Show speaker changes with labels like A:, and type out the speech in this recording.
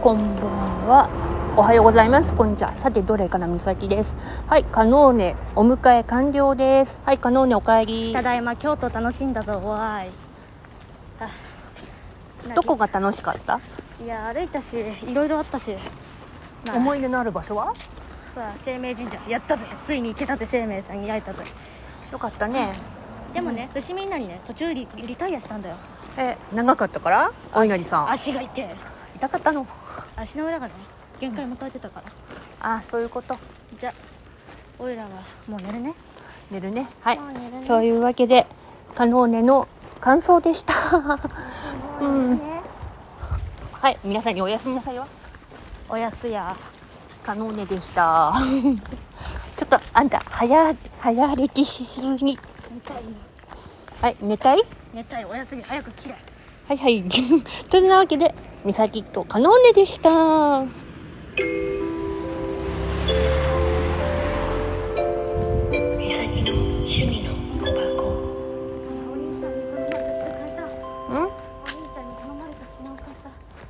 A: こんばんは。おはようございます。こんにちは。さて、どれかなみさきです。はい、カノーネ、お迎え完了です。はい、カノーネ、お帰り。
B: ただいま、京都楽しんだぞ、わい。
A: どこが楽しかった
B: いや、歩いたし、いろいろあったし。
A: まあ、思い出のある場所は
B: まあ、生命神社、やったぜ。ついに行けたぜ、生命さんに会えたぜ。
A: よかったね。
B: でもね、伏見稲荷ね、途中リリタイアしたんだよ。
A: え、長かったからお稲荷さん。
B: 足が痛い。
A: 痛かったの
B: 足の裏がね限界迎えてたから、
A: うん、ああそういうこと
B: じゃおいらはもう寝るね
A: 寝るねはい、ね、そういうわけでカノーネの感想でしたうん、ね、はい皆さんにおやすみなさいよ
B: おやすや
A: カノーネでした ちょっとあんた早早歩きしすぎ
B: 寝たい
A: はい寝たい
B: 寝たいおやすみ早く切れ
A: はいはいというわけで美咲とカノーネでした。